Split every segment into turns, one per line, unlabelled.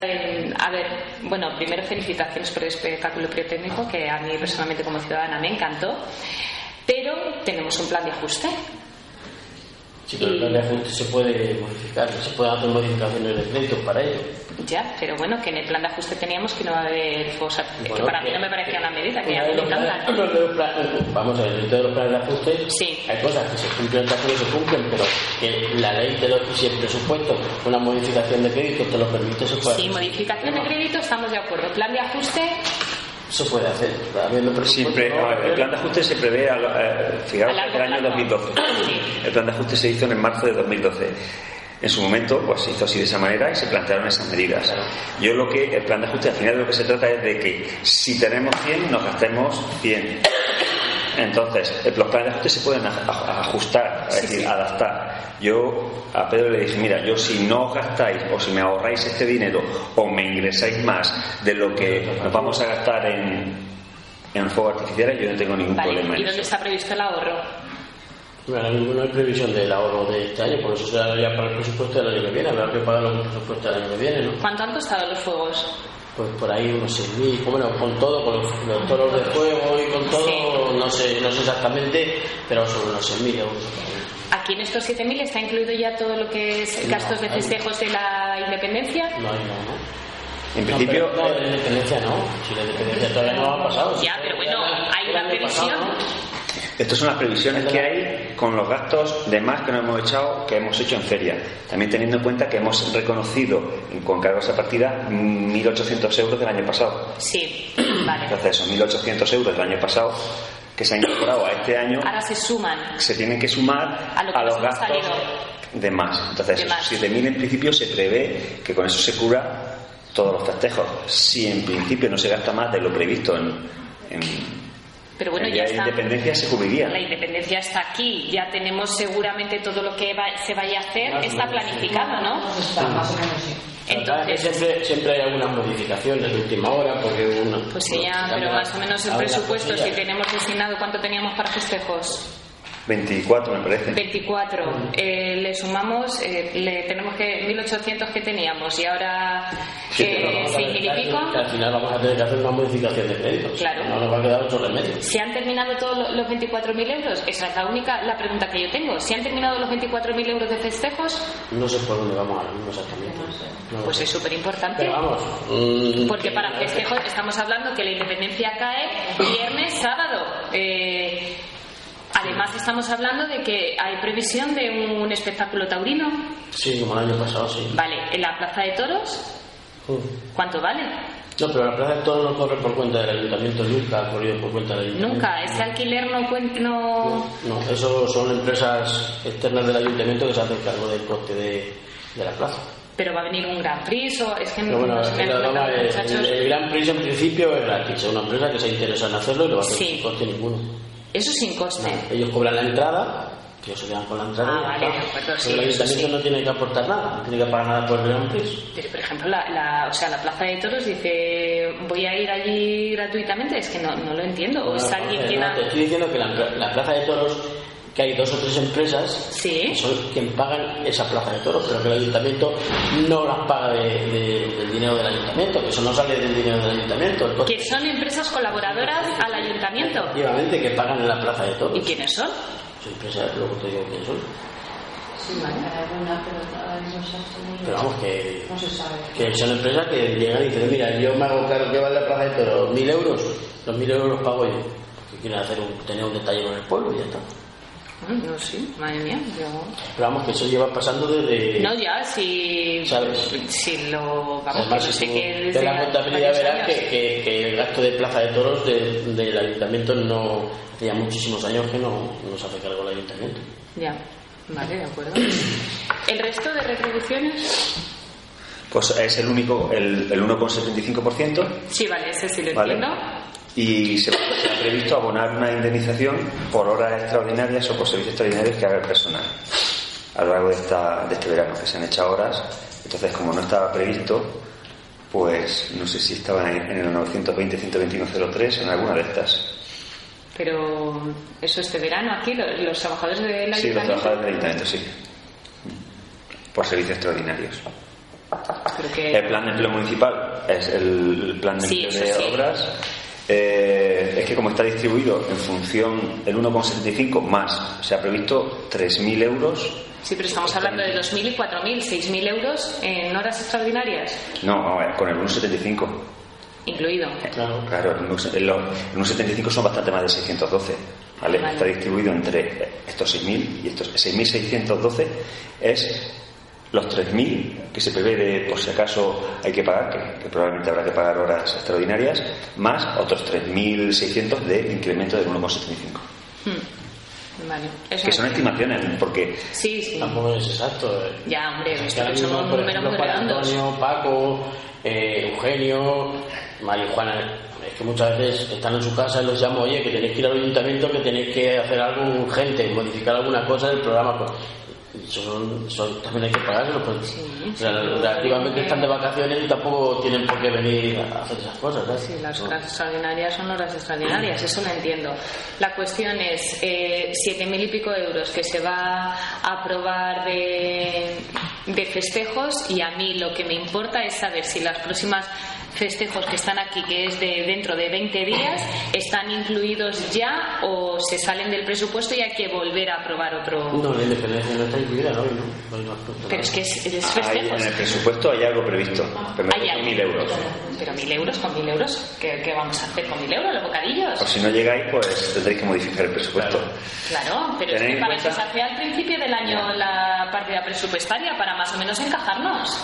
Eh, a ver, bueno, primero felicitaciones por el espectáculo pirotécnico que a mí personalmente como ciudadana me encantó, pero tenemos un plan de ajuste.
Sí, pero el plan de ajuste se puede modificar, se pueden hacer modificaciones de crédito para ello.
Ya, pero bueno, que en el plan de ajuste teníamos que no va a haber fosas, que
Bueno,
para mí
que-
no me parecía una medida, que
Uno
ya
de
me
los planes-
encantan.
uno de los planes- Vamos a ver, dentro de los planes de ajuste
Sí.
hay cosas que se cumplen, otras que no se cumplen, pero que la ley de los si el presupuesto, una modificación de crédito te lo permite, se puede
Sí,
hacer.
modificación de crédito, estamos de acuerdo. Plan de ajuste,
Se puede hacer, habiendo presupuesto,
Siempre,
no,
a ver, el plan de ajuste se prevé, a, lo- eh, fijaos,
A largo
el año
plazo.
2012.
Sí.
El plan de ajuste se hizo en el marzo de 2012. En su momento, pues se hizo así de esa manera y se plantearon esas medidas. Yo lo que, el plan de ajuste al final de lo que se trata es de que si tenemos 100, nos gastemos 100. Entonces, eh, los planes de ajuste se pueden a- a- ajustar, es decir, adaptar. Yo a Pedro le dije, mira, yo si no os gastáis o si me ahorráis este dinero o me ingresáis más de lo que nos vamos a gastar en, en fuegos artificiales, yo no tengo ningún
vale.
problema. en
¿Y
eso.
dónde está previsto el ahorro?
no, ahora mismo no hay previsión del ahorro de este año, por eso se daría para el presupuesto del año que viene, habrá que pagar los presupuestos del año que viene, ¿no?
¿Cuánto han costado los fuegos?
Pues por ahí unos 6.000, bueno, con todo, con los, los toros de fuego y con todo,
Sí.
no sé, no sé exactamente, pero sobre unos 6.000 euros.
¿Aquí en estos 7.000 está incluido ya todo lo que es
No,
gastos de
ahí-
festejos de la independencia?
No hay no, ¿no?
En principio,
No, pero- no, de la independencia no, si la independencia todavía no ha pasado.
Ya, pero bueno, hay
Era
una
el año pasado,
previsión.
Estas son las previsiones que hay con los gastos de más que nos hemos echado, que hemos hecho en feria. También teniendo en cuenta que hemos reconocido con cargo a esa partida 1.800 euros del año pasado.
Sí, vale.
Entonces, esos 1.800 euros del año pasado que se han incorporado a este año
Ahora se suman.
se tienen que sumar
A lo que nos
los
ha
gastos
salido.
de más. Entonces,
De
esos
más.
7.000 en principio se prevé que con eso se cura todos los festejos. Si en principio no se gasta más de lo previsto en, en,
Pero bueno,
en
ya
Día de
está.
independencia, se cubriría.
La independencia está aquí, ya tenemos seguramente todo lo que va- se vaya a hacer,
Claro,
está
sí.
planificado, ¿no?
Está, más o menos, sí.
Claro, que
Entonces,
siempre, siempre hay algunas modificaciones de última hora, porque uno.
pues sí, ya, pero más o menos el
Algunas
presupuesto, si
cosillas.
tenemos designado cuánto teníamos para festejos,
24 me parece.
24, eh, le sumamos, eh, le tenemos que 1.800 que teníamos y ahora
Sí, pero
eh,
vamos a
5.000
ver,
y pico.
que al final vamos a tener que hacer una modificación de créditos.
Claro.
No nos va a quedar otro remedio.
¿Se han terminado todos lo- los 24.000 euros? Esa es la única la pregunta que yo tengo. ¿Se han terminado los 24.000 euros de festejos?
No sé por dónde vamos ahora mismo exactamente. No lo
Pues
sé.
es súper importante.
Pero vamos. mm,
Porque para
que-
festejos estamos hablando que la independencia cae viernes, sábado. Eh, además, estamos hablando de que hay previsión de un espectáculo taurino.
Sí, como el año pasado, sí.
Vale, en la Plaza de Toros,
Mm.
¿cuánto vale?
No, pero la plaza de todos no corre por cuenta del ayuntamiento, nunca ha corrido por cuenta del ayuntamiento.
Nunca, ese alquiler no cuen-
No,
no.
no, eso son empresas externas del ayuntamiento que se hacen cargo del coste de, de la plaza.
Pero va a venir un Gran Prix o es que
Pero bueno,
no se me
la
han
broma
tocado,
es- el,
Mm, muchachos.
el Gran Prix en principio es gratis, es una empresa que se interesa en hacerlo y no va a hacer
Sí.
sin coste ninguno.
Eso sin coste.
Ellos cobran la entrada, ellos se quedan con la entrada.
Ah,
y
vale,
ya está.
de acuerdo,
Pero
sí,
el
eso
ayuntamiento
sí.
no tiene que aportar nada, no tiene que pagar nada por el Gran Prix.
Pero, por ejemplo, la, la- o sea, la Plaza de Toros dice: Voy a ir allí gratuitamente. Es que no, no lo entiendo. O es
Bueno,
alguien
no,
quien ha-
Ah, Te estoy diciendo que la, la plaza de toros, que hay dos o tres empresas
Sí.
que son quien pagan esa plaza de toros, pero que el ayuntamiento no las paga de, de- del dinero del ayuntamiento, que eso no sale del dinero del ayuntamiento. el coste-
que son empresas colaboradoras al ayuntamiento.
Efectivamente, que pagan en la plaza de toros.
¿Y quiénes son?
Son empresas, luego te digo quiénes son.
Sí, hay alguna, pero ahora mismo exactamente
Pero vamos, que,
no se sabe.
que son empresas que llegan y dicen, mira, yo me hago cargo que vale la plaza de toros, mil euros, los mil euros los pago yo. Que quieren hacer un, tener un detalle con el pueblo y ya está.
Mm, No sé, madre mía. yo-
Pero vamos, que eso lleva pasando desde...
No, ya, si.
¿Sabes?
Si lo. Vamos,
Además,
que no
si
sé
tú
qué.
te
desde
das
hace
cuenta, Amelia,
varios
verás que,
años.
que- que el gasto de plaza de toros de- del ayuntamiento no hacía muchísimos años que no, no se hace cargo el ayuntamiento.
Ya, vale, de acuerdo. ¿El resto de retribuciones?
pues es el único, el, el 1,75%,
Sí, vale, ese sí lo
¿vale?
entiendo.
Y se, se ha previsto abonar una indemnización por horas extraordinarias o por servicios extraordinarios que haga el personal a lo largo de, esta, de este verano, que se han hecho horas. Entonces, como no estaba previsto, pues no sé si estaba en, en el 920-121-03 en alguna de estas.
Pero eso este verano aquí, lo- los, trabajadores del
Sí, los
ayuntamiento.
trabajadores del ayuntamiento, sí. Por servicios extraordinarios.
Creo que-
Eh,
El plan de empleo municipal es el plan de
Sí,
empleo
eso
de
sí.
obras. Eh, es que como está distribuido en función el 1,75 más, se ha previsto 3.000 euros.
Sí, pero estamos hablando de 2.000 y 4.000, 6.000 euros en horas extraordinarias,
No, vamos a ver, con el 1,75.
incluido.
Claro.
Claro, en un, en lo- en un 75 son bastante más de 612. ¿vale?
Vale.
Está distribuido entre estos 6.000 y estos 6.612 es los 3.000 que se prevé de, por si acaso hay que pagar, que, que probablemente habrá que pagar horas extraordinarias, más otros 3.600 de incremento del 1,75.
Hmm. Vale. Eso
Que son
me-
estimaciones, porque
Sí, sí.
Tampoco es exacto. eh.
Ya, hombre,
Es
esto
que ahora
que
mismo,
son
por
números
ejemplo,
muy
Juan
redondos.
Antonio, Paco, eh, Eugenio, Marijuana, es que muchas veces están en su casa y los llamo, oye, que tenéis que ir al ayuntamiento, que tenéis que hacer algo urgente, modificar alguna cosa del programa. Pues, eso son, son- también hay que pagarlo, pues.
Sí,
O sea,
sí.
relativamente están de vacaciones y tampoco tienen por qué venir a hacer esas cosas, ¿sabes?
Sí, las
No.
horas extraordinarias son horas extraordinarias, eso lo entiendo. La cuestión es, eh, 7.000 y pico euros que se va a aprobar de, de festejos y a mí lo que me importa es saber si las próximas festejos que están aquí, que es de dentro de 20 días, están incluidos ya o se salen del presupuesto y hay que volver a aprobar otro.
No, la independencia no está incluida, ¿no? No, no, no, no.
Pero es que es, es
hay-
festejos.
en el presupuesto hay algo previsto, pero
Hay algo.
1.000 euros.
Pero mil euros con mil euros, ¿qué, qué vamos a hacer con mil euros? ¿Los bocadillos?
Por si no llegáis, pues tendréis que modificar el presupuesto.
Claro, pero es
Tened
que
en
para eso
cuenta-
se hacía al principio del año la partida presupuestaria, para más o menos encajarnos.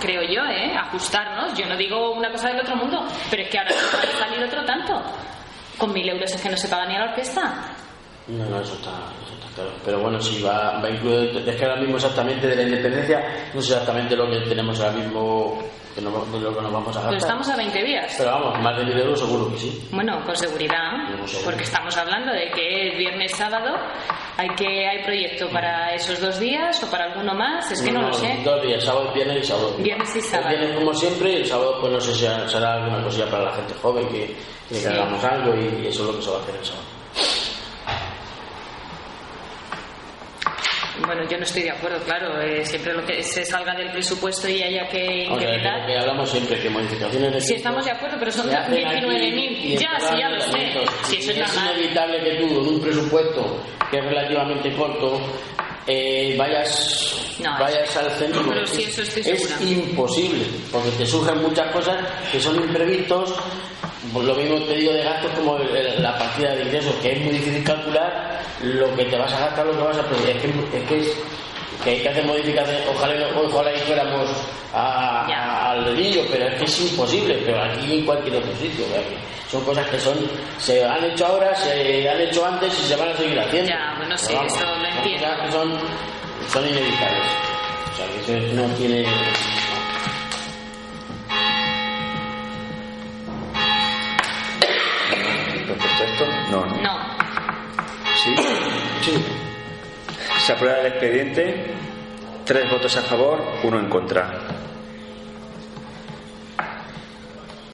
Creo yo, ¿eh? Ajustarnos. Yo no digo una cosa del otro mundo, pero es que ahora no puede salir otro tanto. Con mil euros es que no se paga ni a la orquesta.
No, no, eso está, eso está claro. Pero bueno, si va, va incluido. Es que ahora mismo, exactamente de la independencia, no sé exactamente lo que tenemos ahora mismo, que no, de lo que nos vamos a
Pero
gastar.
estamos a 20 días.
Pero vamos, más de mil euros seguro que sí.
Bueno, con seguridad,
Con seguridad.
porque estamos hablando de que el viernes, sábado, hay que hay proyecto para esos dos días o para alguno más, es que no, lo sé.
Dos días, sábado, viernes y sábado.
Viernes y sábado.
El viernes como siempre y el sábado pues no sé si ha- será alguna cosilla para la gente joven que, que
Sí.
hagamos algo y eso es lo que se va a hacer el sábado.
Bueno, yo no estoy de acuerdo, claro. eh, siempre lo que se salga del presupuesto y haya que
Aunque
incrementar.
que hablamos siempre que modificaciones de...
Sí, estamos de acuerdo, pero son
Se hacen aquí
19.000.
y
Ya, sí, ya lo sé.
entonces,
Sí, eso es
es
normal.
inevitable que tú, en un presupuesto que es relativamente corto, eh, vayas,
No,
vayas al centro.
pero sí, eso estoy
es
segura.
imposible, porque te surgen muchas cosas que son imprevistos. Por lo mismo te digo de gastos como el- el- la partida de ingresos, que es muy difícil calcular lo que te vas a gastar, lo que vas a perder. Es que es, que es- que hay que hacer modificaciones. Ojalá, y no- ojalá y fuéramos a-
Ya.
a- al dedillo, pero es que es imposible, pero aquí y en cualquier otro sitio. o sea, que Son cosas que son se han hecho ahora, se han hecho antes y se van a seguir haciendo.
Ya, bueno, sí,
Pero
eso lo
son
entiendo.
cosas que Son, son inevitables. O sea, que eso no tiene...
¿Respecto a esto? No, no.
No,
Sí. Se aprueba el expediente, tres votos a favor, uno en contra.